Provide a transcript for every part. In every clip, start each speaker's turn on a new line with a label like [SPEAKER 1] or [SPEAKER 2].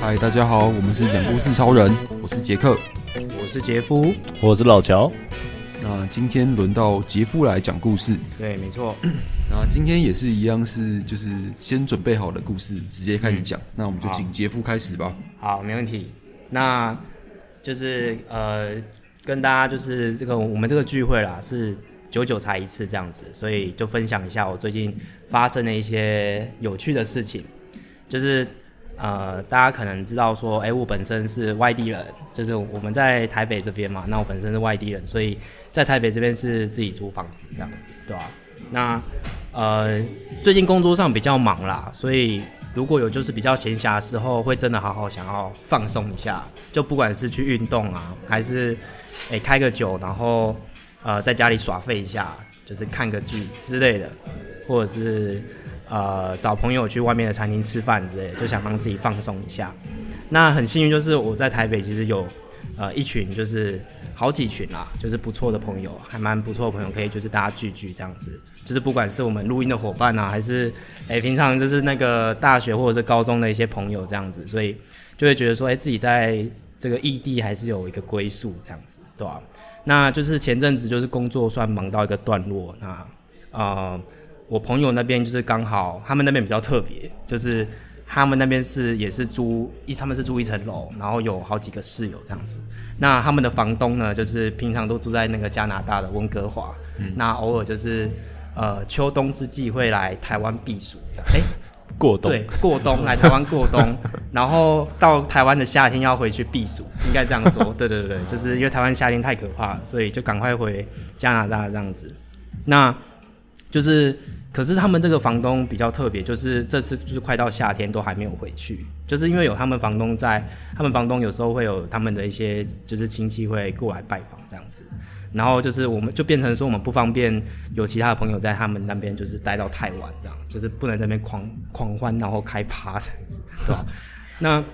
[SPEAKER 1] 嗨，大家好，我们是讲故事超人，我是杰克。
[SPEAKER 2] 我是杰夫。
[SPEAKER 3] 我是老乔，
[SPEAKER 1] 那今天轮到杰夫来讲故事，
[SPEAKER 2] 对，没错，
[SPEAKER 1] 那今天也是一样是就是先准备好的故事，直接开始讲。那我们就请杰夫开始吧。
[SPEAKER 2] 好，没问题。那就是呃，跟大家就是这个我们这个聚会啦，是久久才一次这样子，所以就分享一下我最近发生的一些有趣的事情。就是呃，大家可能知道说，哎、我本身是外地人，就是我们在台北这边嘛，那我本身是外地人，所以在台北这边是自己租房子这样子，对吧、那呃，最近工作上比较忙啦，所以如果有就是比较闲暇的时候，会真的好好想要放松一下，就不管是去运动啊，还是诶、开个酒，然后呃在家里耍废一下，就是看个剧之类的，或者是呃找朋友去外面的餐厅吃饭之类的，就想让自己放松一下。那很幸运就是我在台北其实有呃一群就是好几群啦，就是不错的朋友，还蛮不错的朋友，可以就是大家聚聚这样子。就是不管是我们录音的伙伴啊，还是诶、平常就是那个大学或者是高中的一些朋友这样子，所以就会觉得说，诶、哎自己在这个异地还是有一个归宿这样子，对吧、啊那就是前阵子就是工作算忙到一个段落，那呃，我朋友那边就是刚好他们那边比较特别，就是他们那边是也是租一，他们是租一层楼，然后有好几个室友这样子。那他们的房东呢，就是平常都住在那个加拿大的温哥华，那偶尔就是呃秋冬之际会来台湾避暑这样。哎、
[SPEAKER 3] 过冬
[SPEAKER 2] 对，过冬来台湾过 冬，然后到台湾的夏天要回去避暑，应该这样说。 对对对，就是因为台湾夏天太可怕了，所以就赶快回加拿大这样子。那就是，可是他们这个房东比较特别，就是这次就是快到夏天都还没有回去，就是因为有他们房东在，他们房东有时候会有他们的一些就是亲戚会过来拜访这样子。然后就是我们就变成说我们不方便有其他的朋友在他们那边就是待到太晚这样，就是不能在那边狂狂欢然后开趴这样子，对吧？那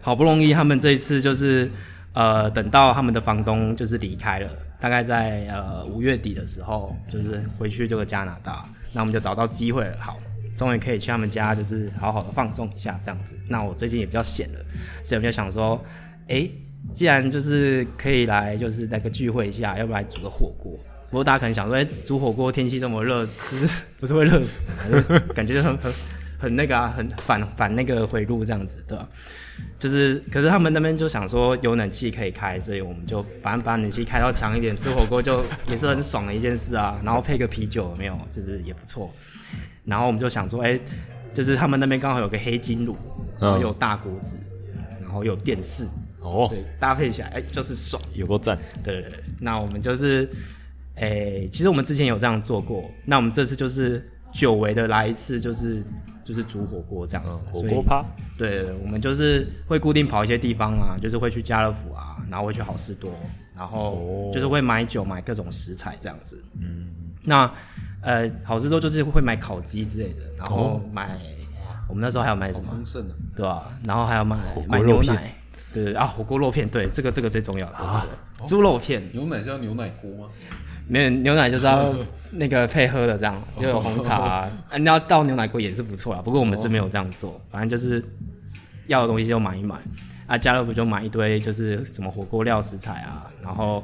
[SPEAKER 2] 好不容易他们这一次就是呃等到他们的房东就是离开了，大概在呃五月底的时候就是回去这个加拿大，那我们就找到机会了，好。终于可以去他们家，就是好好的放松一下，这样子。那我最近也比较闲了，所以我们就想说，诶，哎既然就是可以来，就是那个聚会一下，要不然煮个火锅。不过大家可能想说，哎、煮火锅天气这么热，就是 不是会热死吗？就是感觉就很很很那个啊，很反反那个回路这样子，对吧？就是，可是他们那边就想说有冷气可以开，所以我们就反正把冷气开到强一点，吃火锅就也是很爽的一件事啊。然后配个啤酒，有没有，就是也不错。然后我们就想说，哎、就是他们那边刚好有个黑金炉，然后有大锅子，然后有电视，
[SPEAKER 3] 哦
[SPEAKER 2] 所，以搭配起来，哎、就是爽。
[SPEAKER 3] 有够赞，
[SPEAKER 2] 对对对，那我们就是，哎、其实我们之前有这样做过，那我们这次就是久违的来一次，就是就是煮火锅这样子，
[SPEAKER 3] 嗯火
[SPEAKER 2] 所
[SPEAKER 3] 锅
[SPEAKER 2] 以
[SPEAKER 3] 趴，
[SPEAKER 2] 对，我们就是会固定跑一些地方啊，就是会去家乐福啊，然后会去好事多，然
[SPEAKER 3] 哦
[SPEAKER 2] 后就是会买酒、买各种食材这样子。嗯，那呃，好事多就是会买烤鸡之类的，然
[SPEAKER 3] 哦
[SPEAKER 2] 后买、我们那时候还有买什么？
[SPEAKER 1] 丰盛的，
[SPEAKER 2] 对吧、然后还要买
[SPEAKER 3] 锅
[SPEAKER 2] 买
[SPEAKER 3] 肉
[SPEAKER 2] 牛
[SPEAKER 3] 片啊
[SPEAKER 2] 奶，对对对啊，火锅肉片，对，这个这个最重要的，对对对猪肉片，
[SPEAKER 1] 牛奶是要牛奶锅吗？
[SPEAKER 2] 没有牛奶就是要那个配喝的，这样
[SPEAKER 3] 哦
[SPEAKER 2] 就有红茶啊，啊你要倒牛奶锅也是不错啦。啊不过我们是没有这样做，反正就是要的东西就买一买。啊，家乐福就买一堆，就是什么火锅料食材啊，然后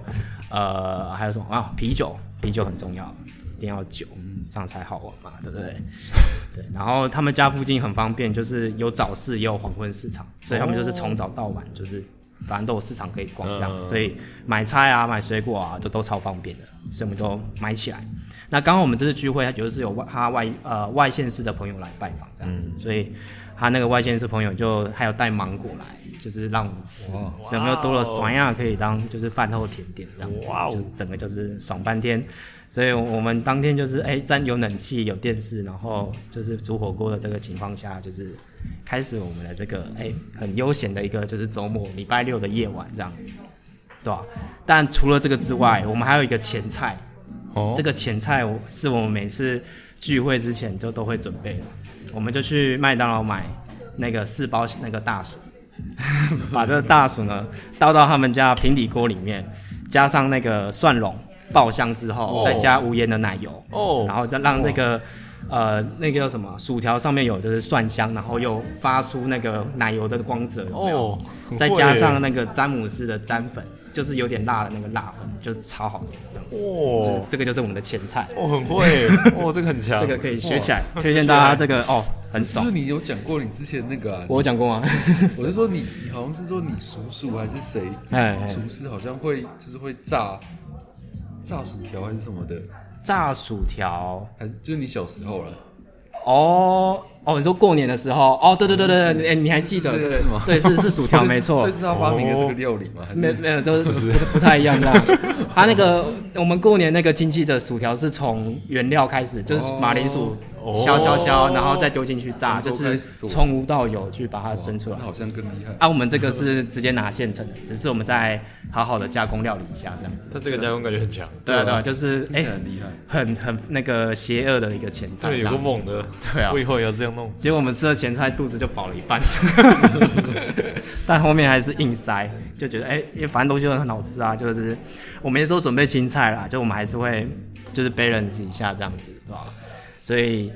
[SPEAKER 2] 呃还有什么啊啤酒，啤酒很重要，一定要酒，这样才好玩嘛，对不对？ 对，然后他们家附近很方便，就是有早市也有黄昏市场，所以他们就是从早到晚，就是反正都有市场可以逛这样，所以买菜啊、买水果啊，都都超方便的，所以我们都买起来。那刚好我们这次聚会，就是有外他外呃外县市的朋友来拜访这样子，所以他那个外县市朋友就还有带芒果来，就是让我们吃，所以我们又多了酸亚可以当就是饭后甜点这样子，
[SPEAKER 3] 哇哦
[SPEAKER 2] 就整个就是爽半天。所以我们当天就是哎，站有冷气、有电视，然后就是煮火锅的这个情况下，就是开始我们的这个哎很悠闲的一个就是周末礼拜六的夜晚这样，对吧、但除了这个之外，我们还有一个前菜，
[SPEAKER 3] 哦
[SPEAKER 2] 这个前菜我是我们每次聚会之前就都会准备的，我们就去麦当劳买那个四包那个大薯， 把这个大薯呢倒到他们家平底锅里面，加上那个蒜蓉爆香之后，再加无盐的奶油，
[SPEAKER 3] 哦
[SPEAKER 2] 然后再让这个呃那个叫什么薯条上面有就是蒜香，然后又发出那个奶油的光泽，有没有
[SPEAKER 3] 哦，很
[SPEAKER 2] 再
[SPEAKER 3] 会
[SPEAKER 2] 加
[SPEAKER 3] 耶
[SPEAKER 2] 上那个詹姆斯的沾粉，就是有点辣的那个辣粉，就是超好吃这样子。就是
[SPEAKER 3] 哇，
[SPEAKER 2] 这个就是我们的前菜，
[SPEAKER 3] 哦，很会耶，哦，这个很强，
[SPEAKER 2] 这个可以学起
[SPEAKER 3] 哇
[SPEAKER 2] 来，推荐大家这个哦，很
[SPEAKER 1] 是
[SPEAKER 2] 爽
[SPEAKER 1] 不。是你有讲过你之前那个啊？
[SPEAKER 2] 我有讲过吗？
[SPEAKER 1] 我是说你，你好像是说你叔叔还是谁？
[SPEAKER 2] 哎哎
[SPEAKER 1] 厨师好像会就是会炸炸薯条还是什么的，
[SPEAKER 2] 炸薯条
[SPEAKER 1] 还是就是你小时候了。
[SPEAKER 2] 哦哦，你说过年的时候哦，对对对对，对哎，你还记得
[SPEAKER 1] 嗯是
[SPEAKER 2] 对
[SPEAKER 1] 是吗
[SPEAKER 2] 对是 是薯条没错哦
[SPEAKER 1] 这，是他发明的这个料理吗？还是
[SPEAKER 2] 没没有都是不不太一样 这样。他那个我们过年那个亲戚的薯条是从原料开始，就是马铃薯
[SPEAKER 3] 哦
[SPEAKER 2] 削削削，然后再丢进去炸，就
[SPEAKER 1] 从头开
[SPEAKER 2] 是
[SPEAKER 1] 始做哦
[SPEAKER 2] 从无到有去把它生出来
[SPEAKER 1] 那。好像更厉害。
[SPEAKER 2] 啊，我们这个是直接拿现成的，只是我们再好好的加工料理一下这样子。
[SPEAKER 3] 但这个加工感觉很强，
[SPEAKER 2] 对啊对啊，就是
[SPEAKER 1] 听
[SPEAKER 2] 哎、
[SPEAKER 1] 起来很厉害。
[SPEAKER 2] 很很那个邪恶的一个前菜
[SPEAKER 3] 这
[SPEAKER 2] 这
[SPEAKER 3] 个有个
[SPEAKER 2] 样。
[SPEAKER 3] 猛的，
[SPEAKER 2] 对啊
[SPEAKER 3] 我以后也要这样弄。
[SPEAKER 2] 结果我们吃了前菜，肚子就饱了一半， 但后面还是硬塞，就觉得哎、因为反正东西都很好吃啊，就是我没说准备青菜啦，就我们还是会就是 balance 一下这样子，是吧？所以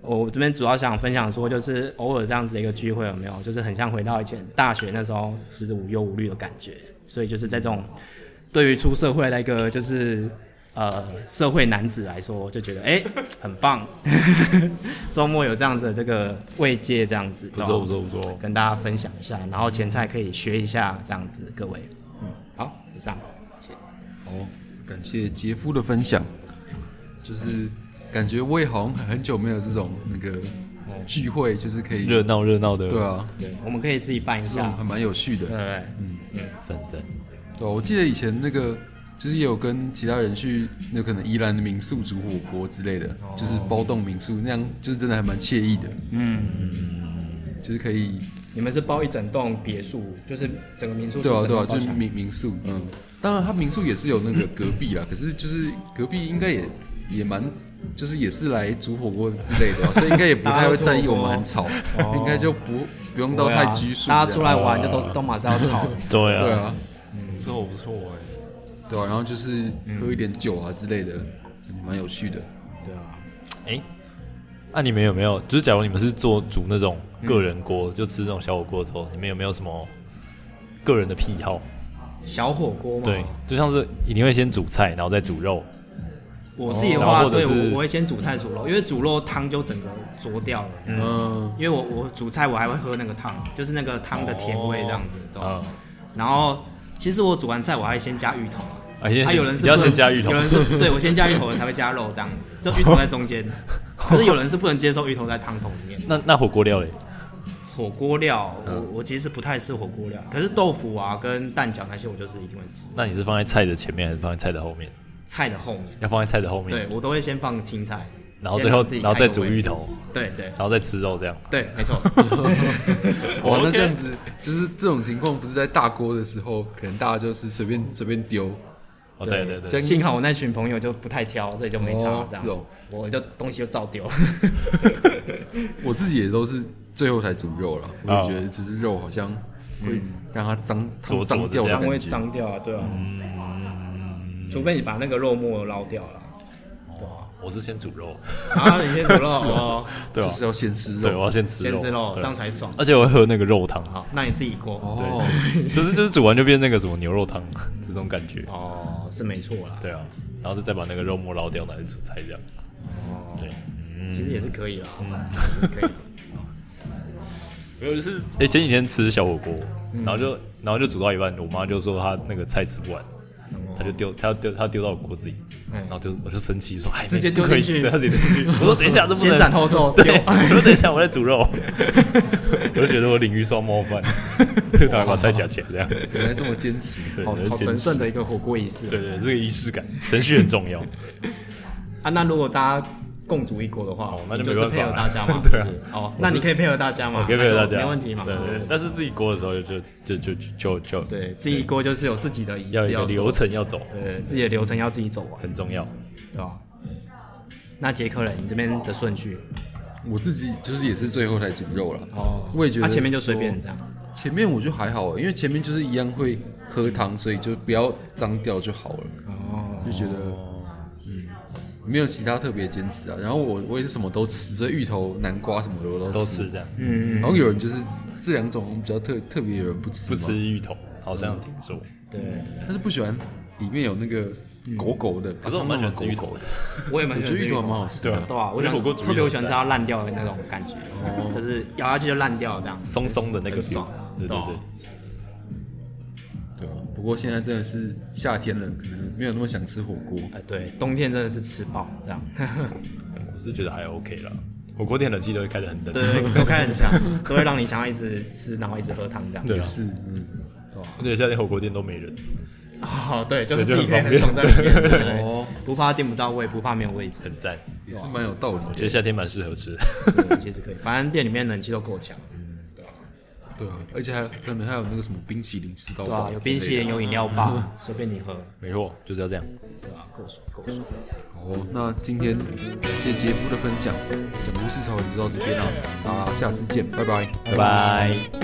[SPEAKER 2] 我这边主要想分享说，就是偶尔这样子的一个聚会有没有，就是很像回到以前大学那时候，其实无忧无虑的感觉。所以就是在这种对于出社会的一个就是呃社会男子来说，就觉得哎、很棒， 周末有这样子的这个慰藉，这样子
[SPEAKER 3] 不错不错不错，
[SPEAKER 2] 跟大家分享一下，然后前菜可以学一下这样子，各位，嗯，好，以上，
[SPEAKER 1] 哦，感谢杰夫的分享，就是感觉我也好像很久没有这种那个聚会，就是可以
[SPEAKER 3] 热闹热闹的，
[SPEAKER 1] 对，啊，
[SPEAKER 2] 对，我们可以自己办一
[SPEAKER 1] 这种
[SPEAKER 2] 下嗯
[SPEAKER 1] 还，蛮有趣的。
[SPEAKER 2] 对对对
[SPEAKER 3] 赞赞。
[SPEAKER 1] 对啊、我记得以前那个就是也有跟其他人去，那可能宜兰的民宿煮火锅之类的，就是包栋民宿那样，就是真的还蛮惬意的。嗯，就是可以，
[SPEAKER 2] 你们是包一整栋别墅，就是整个民宿，
[SPEAKER 1] 对啊对啊，就是民民宿，嗯，当然它民宿也是有那个隔壁啦，可是就是隔壁应该也也蛮。就是也是来煮火锅之类的吧、啊所以应该也不太会在意我们很吵，应该就不不用到太拘束这样。
[SPEAKER 2] 啊哦大家出来玩就都是都马是要 吵的，
[SPEAKER 3] 对
[SPEAKER 1] 对，啊，
[SPEAKER 3] 不错不错哎，
[SPEAKER 1] 对啊，然后就是喝一点酒啊之类的，蛮有趣的。
[SPEAKER 2] 对啊，
[SPEAKER 3] 那你们有没有，就是假如你们是做煮那种个人锅，就吃那种小火锅的时候，你们有没有什么个人的癖好？
[SPEAKER 2] 小火锅嘛，
[SPEAKER 3] 对，就像是一定会先煮菜，然后再煮肉，
[SPEAKER 2] 我自己的
[SPEAKER 3] 哦然
[SPEAKER 2] 话，
[SPEAKER 3] 后或者
[SPEAKER 2] 对
[SPEAKER 3] 是
[SPEAKER 2] 我我会先煮菜煮肉，因为煮肉汤就整个浊掉了。
[SPEAKER 1] 嗯，
[SPEAKER 2] 因为我我煮菜我还会喝那个汤，就是那个汤的甜味这样子，懂吗？
[SPEAKER 3] 啊，
[SPEAKER 2] 然后其实我煮完菜我还先加芋头啊，
[SPEAKER 3] 啊，先
[SPEAKER 2] 啊有人是
[SPEAKER 3] 你要
[SPEAKER 2] 不能
[SPEAKER 3] 先加芋头
[SPEAKER 2] 有，人是对我先加芋头我才会加肉这样子，就芋头在中 间。可是有人是不能接受芋头在汤头里面。
[SPEAKER 3] 那那火锅料嘞？
[SPEAKER 2] 火锅料，
[SPEAKER 3] 嗯
[SPEAKER 2] 我我其实不太吃火锅料，可是豆腐啊跟蛋饺那些我就是一定会吃。
[SPEAKER 3] 那你是放在菜的前面还是放在菜的后面？
[SPEAKER 2] 菜的后面，
[SPEAKER 3] 要放在菜的后面，
[SPEAKER 2] 对，我都会先放青菜，
[SPEAKER 3] 嗯然后
[SPEAKER 2] 先
[SPEAKER 3] 最后
[SPEAKER 2] 让自己
[SPEAKER 3] 然后
[SPEAKER 2] 开
[SPEAKER 3] 再
[SPEAKER 2] 个
[SPEAKER 3] 煮
[SPEAKER 2] 胃
[SPEAKER 3] 芋。头，
[SPEAKER 2] 对对
[SPEAKER 3] 然后再吃肉这样。
[SPEAKER 2] 对，没 错。
[SPEAKER 1] 哇，
[SPEAKER 3] OK
[SPEAKER 1] 那这样子就是这种情况，不是在大锅的时候，可能大家就是随便随便丢，
[SPEAKER 3] 哦，对对对
[SPEAKER 1] 这，
[SPEAKER 2] 幸好我那群朋友就不太挑，所以就没差
[SPEAKER 1] 哦
[SPEAKER 2] 这样。
[SPEAKER 1] 是哦
[SPEAKER 2] 我就东西就照 丢。
[SPEAKER 1] 我自己也都是最后才煮肉了，我
[SPEAKER 3] 啊
[SPEAKER 1] 也觉得就是肉好像会让它脏
[SPEAKER 3] 灼
[SPEAKER 1] 脏
[SPEAKER 3] 灼
[SPEAKER 1] 脏
[SPEAKER 3] 的
[SPEAKER 1] 掉
[SPEAKER 3] 这
[SPEAKER 1] 的
[SPEAKER 3] 样
[SPEAKER 2] 汤会
[SPEAKER 1] 感觉。
[SPEAKER 2] 脏掉啊，对啊。
[SPEAKER 3] 嗯
[SPEAKER 2] 除非你把那个肉末捞掉 了，
[SPEAKER 3] 我是先煮肉，
[SPEAKER 2] 然后你先煮肉 哦，
[SPEAKER 3] 对吧
[SPEAKER 1] 就？是要先吃
[SPEAKER 3] 对，我啊
[SPEAKER 1] 肉
[SPEAKER 3] 要先吃肉，
[SPEAKER 2] 先吃肉，
[SPEAKER 3] 对
[SPEAKER 2] 这样才爽。
[SPEAKER 3] 而且我会喝那个肉汤，啊
[SPEAKER 2] 好，那你自己锅
[SPEAKER 1] 哦，
[SPEAKER 3] 就是就是煮完就变那个什么牛肉汤这种感觉。
[SPEAKER 2] 哦，是没错啦，
[SPEAKER 3] 对啊，然后就再把那个肉末捞掉，拿来煮菜这样。
[SPEAKER 2] 哦
[SPEAKER 3] 对，
[SPEAKER 2] 其实也是可以啦，
[SPEAKER 3] 嗯
[SPEAKER 2] 嗯可以。
[SPEAKER 3] 没有就是哎、前几天吃小火锅，
[SPEAKER 2] 嗯
[SPEAKER 3] 然后就然后就煮到一半，我妈就说她那个菜吃不完。她就丢，她要丢，她要丢到我锅子里，
[SPEAKER 2] 嗯
[SPEAKER 3] 然后就我就生气说：“哎，
[SPEAKER 2] 直接
[SPEAKER 3] 你不
[SPEAKER 2] 丢
[SPEAKER 3] 可以
[SPEAKER 2] 进去
[SPEAKER 3] 对，她直接丢进去。” 我说：“等一下，这不能
[SPEAKER 2] 先斩 后奏，
[SPEAKER 3] 对，
[SPEAKER 2] 丢
[SPEAKER 3] 我说 等一下，我在煮肉，我就觉得我领域受 冒犯，就赶快把菜夹起来这样。
[SPEAKER 1] 原来这么坚持，
[SPEAKER 3] 对，
[SPEAKER 2] 好
[SPEAKER 3] 有点
[SPEAKER 2] 好神
[SPEAKER 3] 坚持
[SPEAKER 2] 圣的一个火锅仪式
[SPEAKER 3] 对对，这个仪式感，程序 很重要。
[SPEAKER 2] 啊。那如果大家共煮一锅的话
[SPEAKER 3] 哦，那
[SPEAKER 2] 你
[SPEAKER 3] 就
[SPEAKER 2] 就是
[SPEAKER 3] 没办法，
[SPEAKER 2] 配合大家嘛
[SPEAKER 3] 对啊
[SPEAKER 2] 是不是哦，那你可以配合大家嘛，
[SPEAKER 3] 可以配合大
[SPEAKER 2] 那
[SPEAKER 3] 家，
[SPEAKER 2] 就没问题嘛。
[SPEAKER 3] 对对，对但是自己锅的时候就就就就就就
[SPEAKER 2] 对，自己锅就是有自己的仪
[SPEAKER 3] 要有
[SPEAKER 2] 式
[SPEAKER 3] 一个
[SPEAKER 2] 要
[SPEAKER 3] 流
[SPEAKER 2] 走，
[SPEAKER 3] 程要走，
[SPEAKER 2] 对，自己的流程要自己走完。
[SPEAKER 3] 很重要。
[SPEAKER 2] 对吧、那杰克人，你这边的顺序
[SPEAKER 1] 我自己就是也是最后才煮肉了。
[SPEAKER 2] 哦
[SPEAKER 1] 我也觉得
[SPEAKER 2] 他、前面就随便这样。
[SPEAKER 1] 前面我就还好，啊因为前面就是一样会喝汤，所以就不要脏掉就好了。
[SPEAKER 2] 哦，
[SPEAKER 1] 就觉得，嗯，没有其他特别坚持啊。然后我我也是什么都吃，所以芋头、南瓜什么的我都
[SPEAKER 3] 都吃这样，
[SPEAKER 1] 然后有人就是这两种比较特特别，有人不吃
[SPEAKER 3] 不
[SPEAKER 1] 嘛
[SPEAKER 3] 吃，芋头，好像听说。
[SPEAKER 2] 对，
[SPEAKER 1] 他是不喜欢里面有那个狗狗的。
[SPEAKER 3] 可是我蛮喜欢吃芋头的，
[SPEAKER 2] 我也蛮
[SPEAKER 1] 我
[SPEAKER 2] 喜
[SPEAKER 1] 觉得
[SPEAKER 2] 欢吃
[SPEAKER 1] 芋头还蛮好吃的啊。
[SPEAKER 2] 对啊，我
[SPEAKER 3] 我觉得火哦锅煮
[SPEAKER 2] 特
[SPEAKER 3] 芋
[SPEAKER 2] 别
[SPEAKER 3] 头
[SPEAKER 2] 我喜欢吃
[SPEAKER 3] 赞
[SPEAKER 2] 它烂掉的那种感觉，就是咬下去就烂掉这样。
[SPEAKER 3] 松松的那个
[SPEAKER 2] 很
[SPEAKER 3] feel
[SPEAKER 2] 爽。
[SPEAKER 3] 对对对，
[SPEAKER 1] 对啊，不过现在真的是夏天了，可能没有那么想吃火锅。
[SPEAKER 2] 哎，对，冬天真的是吃饱这 样。
[SPEAKER 3] 我是觉得还 OK 啦。火锅店冷气都会开得很
[SPEAKER 2] 嗯
[SPEAKER 3] 冷，
[SPEAKER 2] 对，都开很强，都会让你想要一直吃，然后一直喝汤这样。
[SPEAKER 3] 对啊，
[SPEAKER 1] 是，嗯，
[SPEAKER 3] 而且夏天火锅店都没人，
[SPEAKER 2] 哦，对，就是
[SPEAKER 3] 对
[SPEAKER 2] 自
[SPEAKER 3] 就
[SPEAKER 2] 己可以
[SPEAKER 3] 很
[SPEAKER 2] 很爽在里面，对不对
[SPEAKER 1] 哦
[SPEAKER 2] 不怕订不到位，不怕没有位置
[SPEAKER 3] 很，赞。
[SPEAKER 1] 也是蛮有道理
[SPEAKER 3] 我
[SPEAKER 1] 的。
[SPEAKER 3] 觉得夏天蛮适合吃的，
[SPEAKER 2] 对，其实可以。反正店里面冷气都够强，
[SPEAKER 1] 对啊，而且还有可能还有那个什么冰淇淋吃到
[SPEAKER 2] 对吧、
[SPEAKER 1] 饱，
[SPEAKER 2] 有冰淇淋，。有饮料吧，随便你喝，
[SPEAKER 3] 没错，就是要这样。
[SPEAKER 2] 对吧、够爽，够爽。
[SPEAKER 1] 哦，那今天感谢杰夫的分享，讲故事潮文就到这边了，那下次见，拜拜。
[SPEAKER 3] 拜拜。